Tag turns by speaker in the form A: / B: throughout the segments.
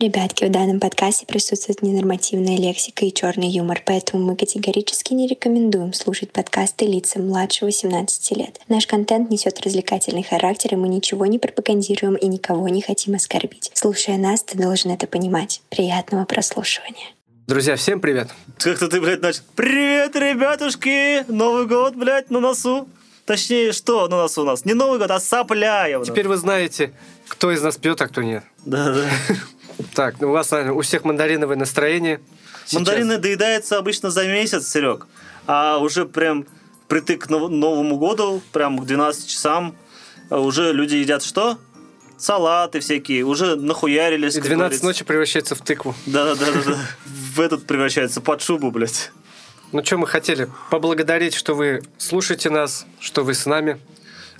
A: Ребятки, в данном подкасте присутствует ненормативная лексика и черный юмор, поэтому мы категорически не рекомендуем слушать подкасты лицам младше 18 лет. Наш контент несет развлекательный характер, и мы ничего не пропагандируем и никого не хотим оскорбить. Слушая нас, ты должен это понимать. Приятного прослушивания.
B: Друзья, всем привет.
C: Как-то ты, блядь, начал. Привет, ребятушки! Новый год, блядь, на носу. Точнее, что на носу у нас? Не Новый год, а сопля, ёбана.
B: Теперь вы знаете, кто из нас пьет, а кто нет.
C: Да, да.
B: Так, ну у вас, наверное, у всех мандариновое настроение. Сейчас.
C: Мандарины доедаются обычно за месяц, Серег. А уже прям притык к Нов- Новому году, прям к 12 часам, а уже люди едят что? Салаты всякие, уже нахуярились.
B: И
C: как
B: 12
C: говорится.
B: ночи превращается в тыкву.
C: Да-да-да-да. В этот превращается, под шубу, блядь.
B: Ну что, мы хотели поблагодарить, что вы слушаете нас, что вы с нами.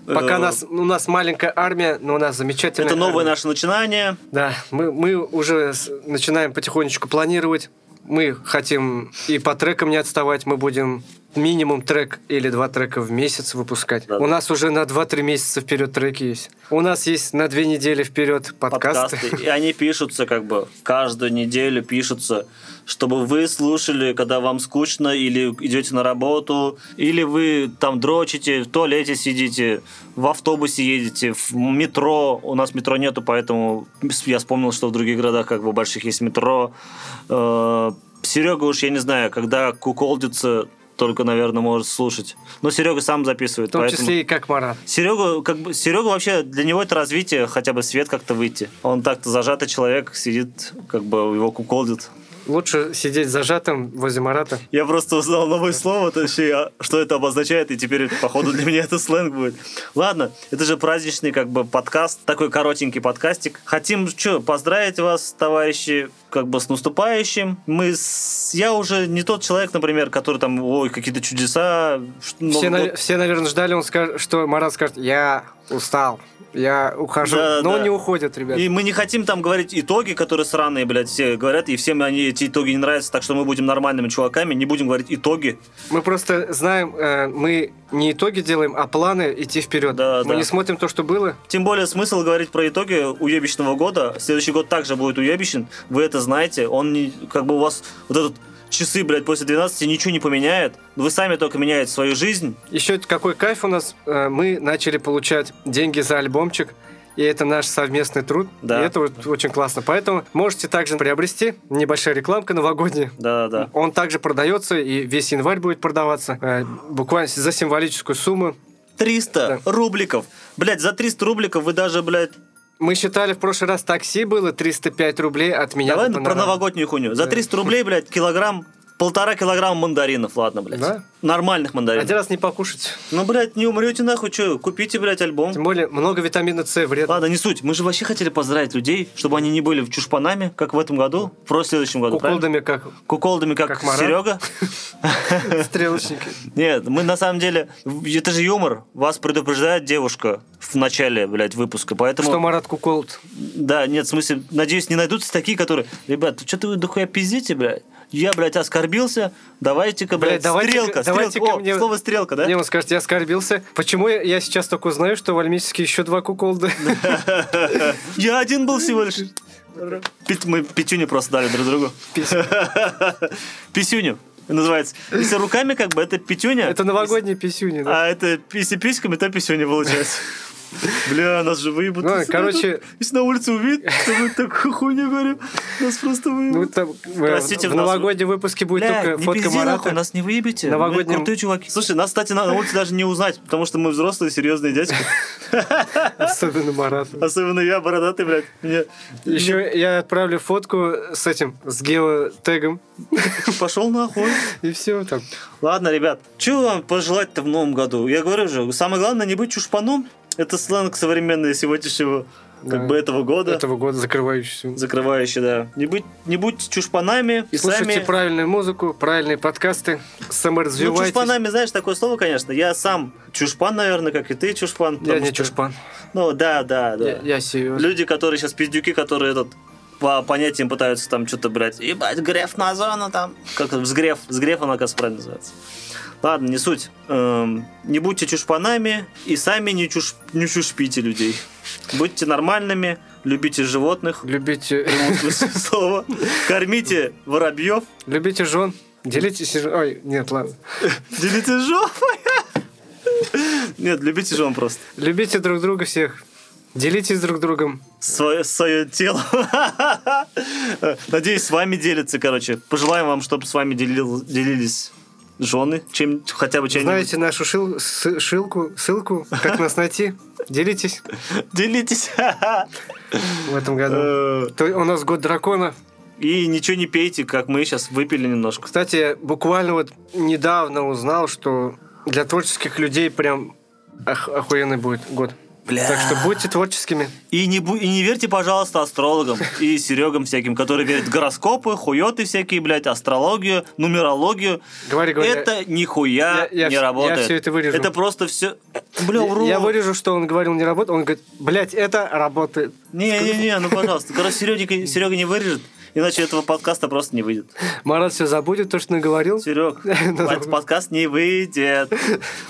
B: Пока
C: Э,
B: нас, у нас маленькая армия, но у нас замечательная
C: Это новое
B: армия.
C: наше начинание.
B: Да, мы, мы уже с- начинаем потихонечку планировать. Мы хотим и по трекам не отставать. Мы будем минимум трек или два трека в месяц выпускать.
C: Да.
B: У нас уже на 2-3 месяца вперед треки есть. У нас есть на две недели вперед подкасты.
C: подкасты. И они пишутся как бы каждую неделю пишутся, чтобы вы слушали, когда вам скучно или идете на работу, или вы там дрочите, в туалете сидите, в автобусе едете, в метро. У нас метро нету, поэтому я вспомнил, что в других городах как бы больших есть метро. Э, Серега уж, я не знаю, когда куколдится, только, наверное, может слушать. Но Серега сам записывает.
B: В том
C: поэтому...
B: числе и как Марат.
C: Серега, как бы, Серега вообще для него это развитие, хотя бы свет как-то выйти. Он так-то зажатый человек, сидит, как бы его куколдит.
B: Лучше сидеть зажатым возле Марата.
C: Я просто узнал новое слово, точнее, а что это обозначает, и теперь, походу, для меня это сленг будет. Ладно, это же праздничный, как бы, подкаст, такой коротенький подкастик. Хотим, что, поздравить вас, товарищи, как бы, с наступающим. Мы, с- я уже не тот человек, например, который там, ой, какие-то чудеса. ш-
B: Все,
C: Новый
B: на-
C: год.
B: все, наверное, ждали, он скажет, что Марат скажет, я устал, я ухожу.
C: Да,
B: Но он
C: да.
B: не уходит, ребят.
C: И мы не хотим там говорить итоги, которые сраные, блядь, все говорят, и всем они эти итоги не нравятся, так что мы будем нормальными чуваками, не будем говорить итоги.
B: Мы просто знаем, э, мы не итоги делаем, а планы идти вперед.
C: Да,
B: мы
C: да.
B: не смотрим то, что было.
C: Тем более смысл говорить про итоги уебищного года. Следующий год также будет уебищен, вы это знаете. Он не, как бы у вас вот этот часы, блядь, после 12 ничего не поменяет. Вы сами только меняете свою жизнь.
B: Еще какой кайф у нас, э, мы начали получать деньги за альбомчик. И это наш совместный труд.
C: Да.
B: И это вот очень классно. Поэтому можете также приобрести небольшая рекламка новогодняя.
C: Да-да-да.
B: Он также продается, и весь январь будет продаваться. э, буквально за символическую сумму.
C: 300
B: Да.
C: рубликов. Блядь, за 300 рубликов вы даже, блядь,
B: Мы считали, в прошлый раз такси было 305 рублей от меня.
C: давай
B: до
C: про
B: Панорама.
C: новогоднюю хуйню. За
B: Да.
C: 300 рублей, блядь, килограмм, полтора килограмма мандаринов, ладно, блядь.
B: Да?
C: Нормальных мандаринов.
B: Один раз не покушать.
C: Ну, блядь, не умрете нахуй, что? Купите, блядь, альбом.
B: Тем более много витамина С вред.
C: Ладно, не суть. Мы же вообще хотели поздравить людей, чтобы они не были в чушпанами, как в этом году, в проследующем году, правильно?
B: Куколдами как
C: Куколдами, как,
B: Как Марат.
C: Серега.
B: стрелочники.
C: Нет, мы на самом деле... Это же юмор. Вас предупреждает девушка в начале, блядь, выпуска. Поэтому...
B: Что Марат Куколд?
C: Да, нет, в смысле, надеюсь, не найдутся такие, которые... Ребят, что-то вы дохуя пиздите, блядь. Я, блядь, оскорбился. Давайте-ка,
B: Блядь,
C: блядь,
B: давайте-ка-
C: стрелка.
B: давайте-ка
C: стрелка. О,
B: мне-
C: слово стрелка, да?
B: Мне он скажет, я оскорбился. Почему я- я сейчас только узнаю, что в Альмисике еще два куколда?
C: Я один был всего лишь. Пи- Мы пятюню просто дали друг другу. Писюню называется. Если руками, как бы, это пятюня.
B: Это новогодние писюни. да.
C: А это, если письками, то писюня получается. Бля, нас же выебут.
B: Ну,
C: Если
B: короче-
C: мы тут- Если на улице увидят, что мы такую хуйню говорим, нас просто
B: Ну,
C: выебут.
B: там, э,
C: Простите,
B: в
C: у нас-
B: новогоднем выпуске будет
C: Бля,
B: только
C: не
B: фотка
C: пизди нахуй,
B: Марата.
C: нас не выебите.
B: Новогодним-
C: Мы крутые чуваки. Слушай, нас, кстати, на на улице даже не узнать, потому что мы взрослые, серьезные дядьки.
B: Особенно Марата.
C: Особенно я, бородатый, блядь. Мне...
B: Еще я отправлю фотку с этим, с геотегом.
C: Пошел нахуй.
B: И все там.
C: Ладно, ребят, чего вам пожелать-то в новом году? Я говорю же, самое главное не быть чушпаном. Это сленг современный сегодняшнего,
B: Да.
C: как бы этого года,
B: Этого года закрывающийся.
C: закрывающий, да. Не быть, не будьте чушпанами.
B: И слушайте
C: сами-
B: правильную музыку, правильные подкасты,
C: Ну,
B: саморазвивайтесь.
C: чушпанами, знаешь, такое слово, конечно. Я сам чушпан, наверное, как и ты чушпан.
B: Я
C: потому
B: не
C: что-
B: чушпан.
C: Ну, да, да, да.
B: Я я серьезно.
C: Люди, которые сейчас пиздюки, которые этот по понятиям пытаются там что-то, блядь, ебать, греф на зону там. Как это, взгреф, взгреф она, кажется, правильно называется. Ладно, не суть. Эм, не будьте чушпанами и сами не, чуш, не чушпите людей. Будьте нормальными, любите животных, в
B: Любите,
C: прямом смысле слова, кормите воробьев,
B: любите жен, делитесь... Ой, нет, ладно.
C: делите жопой. Нет, любите жен просто.
B: Любите друг друга всех. Делитесь друг другом.
C: Свое, свое тело. Надеюсь, с вами делится, короче. Пожелаем вам, чтобы с вами делил- делились жены, чем хотя бы чем-нибудь.
B: Знаете нашу шил- с- шилку, ссылку, как нас найти? Делитесь
C: Делитесь.
B: в этом году.
C: Э,
B: То у нас год дракона.
C: И ничего не пейте, как мы сейчас выпили немножко.
B: Кстати, я буквально вот недавно узнал, что для творческих людей прям ох- охуенный будет год.
C: Бля.
B: Так что будьте творческими.
C: И не, бу- и не верьте, пожалуйста, астрологам и Серегам всяким, которые верят в гороскопы, хуёты всякие, блядь, астрологию, нумерологию.
B: Говори, говори.
C: Это нихуя
B: Я- я
C: не
B: вс- я
C: работает.
B: всё это вырежу.
C: Это просто все... Бля,
B: Я,
C: урод.
B: я вырежу, что он говорил не работает. Он говорит, блядь, это работает.
C: Не-не-не, ну пожалуйста. Короче, Серега, не вырежет, иначе этого подкаста просто не выйдет.
B: Марат все забудет, то, что наговорил.
C: Серег, этот подкаст не выйдет.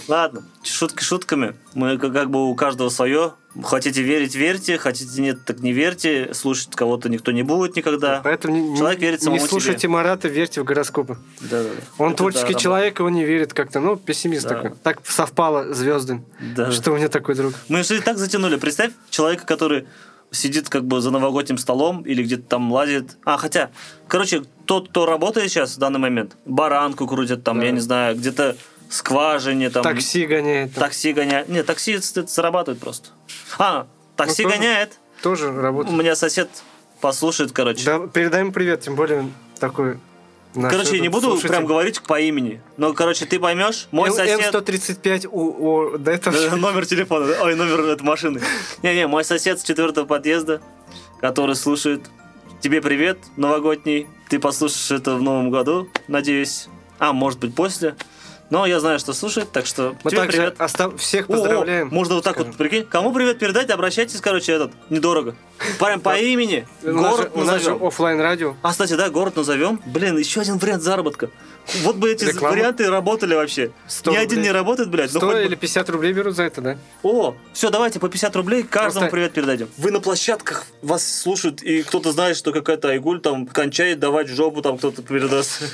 C: Ладно, шутки шутками. Мы к- как бы у каждого свое. Хотите верить, верьте. Хотите нет, так не верьте. Слушать кого-то никто не будет никогда.
B: Поэтому не- не,
C: Человек верит самому
B: не слушайте
C: себе.
B: Марата, верьте в гороскопы.
C: Да-да-да.
B: Он
C: Это
B: творческий
C: да,
B: человек, его не верит как-то. Ну, пессимист
C: Да.
B: такой. Так совпало звезды,
C: Да.
B: что у меня такой друг.
C: Мы же и так затянули. Представь человека, который сидит как бы за новогодним столом или где-то там лазит. А, хотя, короче, тот, кто работает сейчас в данный момент, баранку крутит там,
B: Да.
C: я не знаю, где-то скважине там.
B: Такси гоняет. там.
C: Такси гоняет. Нет, такси это зарабатывает просто. А, такси
B: Ну, тоже.
C: гоняет.
B: Тоже
C: У
B: работает.
C: меня сосед послушает, короче.
B: Да, передаем привет, тем более он такой... наш
C: Короче, я не
B: этот
C: буду
B: слушатель.
C: прям говорить по имени. Но, короче, ты поймешь, мой
B: М-
C: сосед...
B: М135 у... у- да это...
C: Да, Номер телефона. да. Ой, номер этой машины. Не-не, мой сосед с четвертого подъезда, который слушает. Тебе привет, новогодний. Ты послушаешь это в новом году, надеюсь. А, может быть, после. Но я знаю, что слушает, так что
B: Мы
C: тебе
B: также
C: привет.
B: оста- всех
C: О, о,
B: поздравляем.
C: можно вот так вот,
B: скажем.
C: прикинь, кому привет передать, обращайтесь, короче, этот, недорого. Прям по имени,
B: У нас же-
C: город
B: у нас же
C: назовем.
B: оффлайн радио.
C: А, кстати, да, город назовем. Блин, еще один вариант заработка. Вот бы эти
B: Реклама.
C: варианты работали вообще.
B: 100
C: Ни один
B: рублей.
C: не работает, блядь. ну
B: 100
C: хоть бы-
B: или 50 рублей берут за это, да?
C: О, все, давайте по 50 рублей каждому
B: Просто-
C: привет передадим. Вы на площадках, вас слушают, и кто-то знает, что какая-то Айгуль там кончает давать жопу, там кто-то передаст.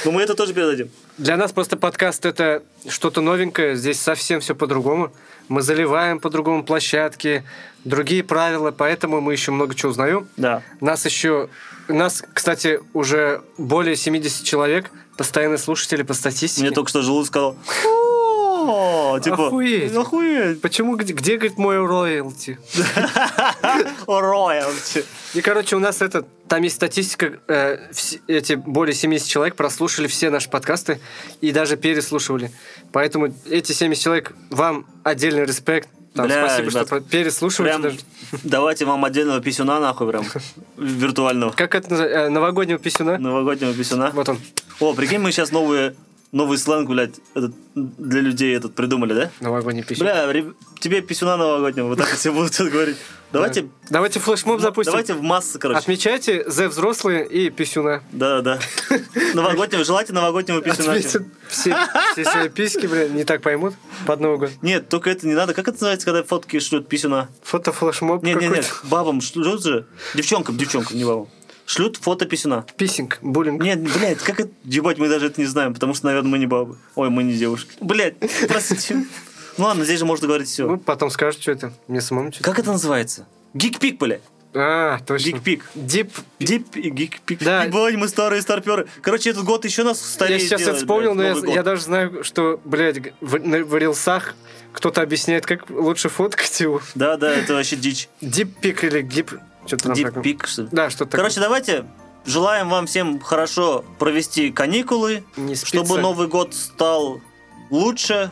C: Но мы это тоже передадим.
B: Для нас просто подкаст это что-то новенькое, здесь совсем все по-другому. Мы заливаем по-другому площадки, другие правила, поэтому мы еще много чего узнаем.
C: Да.
B: Нас еще, нас, кстати, уже более 70 человек, постоянные слушатели по статистике.
C: Мне только что желудок сказал. «О, Типа,
B: Охуеть.
C: охуеть.
B: Почему, где, где, говорит, мой роялти?
C: О, роялти.
B: И, короче, у нас этот, там есть статистика, э, вс- эти более 70 человек прослушали все наши подкасты и даже переслушивали. Поэтому эти 70 человек, вам отдельный респект. Там,
C: Бля,
B: спасибо,
C: ребят,
B: что про- переслушиваете
C: Прям
B: даже.
C: давайте вам отдельного писюна нахуй прям. Виртуального.
B: Как это называется? Э, новогоднего писюна?
C: Новогоднего писюна.
B: Вот он,
C: О, прикинь, мы сейчас новые, новый сленг, блядь, этот, для людей этот придумали, да?
B: новогодний писюн.
C: Бля, реб- тебе писюна новогоднего, вот так все будут сейчас говорить. Давайте, Ну,
B: Давайте флешмоб запустим.
C: давайте в массы, короче.
B: Отмечайте «Зе взрослые» и «Писюна».
C: Да-да-да. Новогоднего, желайте новогоднего писюна.
B: Отметят все, все свои письки, блин, не так поймут под Новый год.
C: Нет, только это не надо. Как это называется, когда фотки шлют писюна?
B: Фотофлешмоб
C: Нет, нет,
B: какой-то.
C: нет, бабам шлют же. Девчонкам, девчонкам, не бабам. Шлют фото писюна.
B: Писинг, буллинг.
C: Нет, блядь, как это... Ебать, мы даже это не знаем, потому что, наверное, мы не бабы. Ой, мы не девушки. Блядь, простите. Ну ладно, здесь же можно говорить
B: Ну,
C: все.
B: потом скажут, что это. Мне самому что-то.
C: Как это называется? Гикпик, блядь.
B: А, точно.
C: Гикпик.
B: Дип.
C: Дип и гикпик.
B: Да.
C: Ебать, мы старые старперы. Короче, этот год еще нас старее
B: я сейчас это
C: сделает,
B: вспомнил,
C: блядь,
B: но я,
C: Новый год.
B: я даже знаю, что, блядь, г- в, на- в рилсах кто-то объясняет, как лучше фоткать его.
C: Да, да, это вообще дичь.
B: Дип-пик или гип... Что-то там такое.
C: Диппик, что ли?
B: Да, что-то такое.
C: Короче, давайте желаем вам всем хорошо провести каникулы,
B: Не
C: чтобы
B: спится.
C: Новый год стал лучше,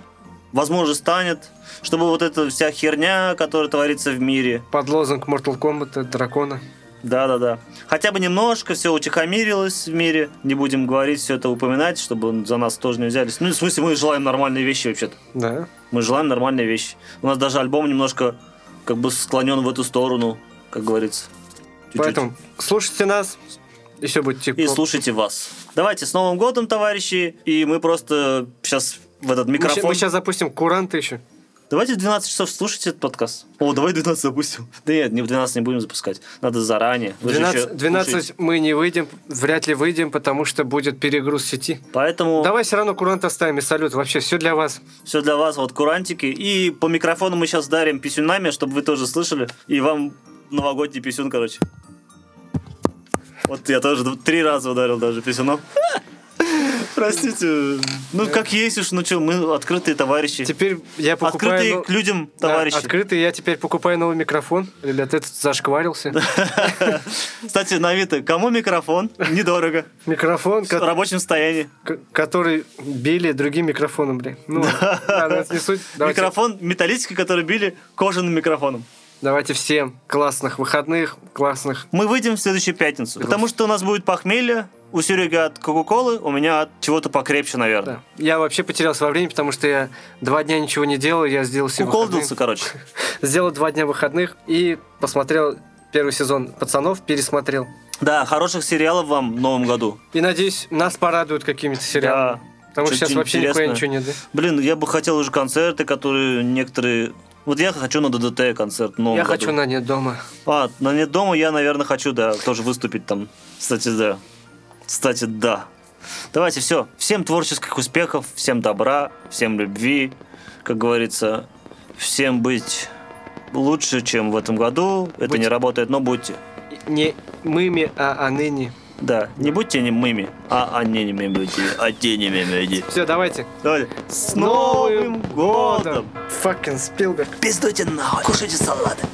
C: возможно, станет, чтобы вот эта вся херня, которая творится в мире,
B: Под лозунг Mortal Kombat, дракона.
C: да-да-да, хотя бы немножко все утихомирилось в мире, не будем говорить все это упоминать, чтобы за нас тоже не взялись. Ну, в смысле, мы желаем нормальные вещи вообще-то.
B: Да.
C: Мы желаем нормальные вещи. У нас даже альбом немножко как бы склонен в эту сторону, как говорится. Чуть-чуть.
B: Поэтому слушайте нас, и все будет типа.
C: И слушайте вас. Давайте, с Новым годом, товарищи. И мы просто сейчас в этот
B: Мы ща-
C: микрофон...
B: Мы сейчас запустим куранты еще.
C: Давайте в 12 часов слушать этот подкаст. О, давай 12 запустим. Да нет, не в 12 не будем запускать. Надо заранее. Вы же еще
B: 12, 12
C: слушаете.
B: мы не выйдем, вряд ли выйдем, потому что будет перегруз сети.
C: Поэтому
B: Давай все равно курант оставим и салют. Вообще все для вас.
C: все для вас, вот курантики. И по микрофону мы сейчас дарим писюнами, чтобы вы тоже слышали. И вам новогодний писюн, короче. Вот я тоже три раза ударил даже писюном. Простите. Ну, как есть уж, ну что, мы открытые товарищи.
B: Теперь я покупаю...
C: Открытые
B: но-
C: к людям,
B: Типа, ну, Да,
C: товарищи.
B: открытый, я теперь покупаю новый микрофон. Ребят, этот зашкварился.
C: Кстати, на Авито, кому микрофон? Недорого.
B: Микрофон,
C: В
B: ко-
C: рабочем состоянии.
B: к- который били другим микрофоном, блин. Ну, ладно, это не суть. Давайте-
C: Микрофон металлический, который били кожаным микрофоном.
B: Давайте всем классных выходных, классных.
C: Мы выйдем в следующую пятницу, потому что у нас будет похмелье. У Сереги от Кока-Колы, у меня от чего-то покрепче, наверное.
B: Да. Я вообще потерялся во времени, потому что я два дня ничего не делал, я сделал себе
C: Уколдился,
B: выходные.
C: короче.
B: Сделал два дня выходных и посмотрел первый сезон «Пацанов», пересмотрел.
C: Да, хороших сериалов вам в новом году.
B: И надеюсь, нас порадуют какими-то сериалами.
C: Да.
B: потому что
C: Что-то
B: сейчас вообще никуда
C: интересное.
B: ничего нет. да?
C: Блин, я бы хотел уже концерты, которые некоторые... Вот я хочу на ДДТ концерт. в новом
B: Я
C: году.
B: хочу на нет дома.
C: А, на нет дома я, наверное, хочу, да, тоже выступить там. Кстати, да. Кстати, да. Давайте, все. Всем творческих успехов, всем добра, всем любви, как говорится. Всем быть лучше, чем в этом году. Это
B: Быть-
C: не работает, но будьте.
B: Не мыми, а, а ныне.
C: Да, не будьте не мыми, а анимими будьте, а тенями будьте.
B: Все, давайте.
C: Давайте. С Новым годом!
B: Fucking Спилберг.
C: Пиздуйте нахуй, кушайте салаты.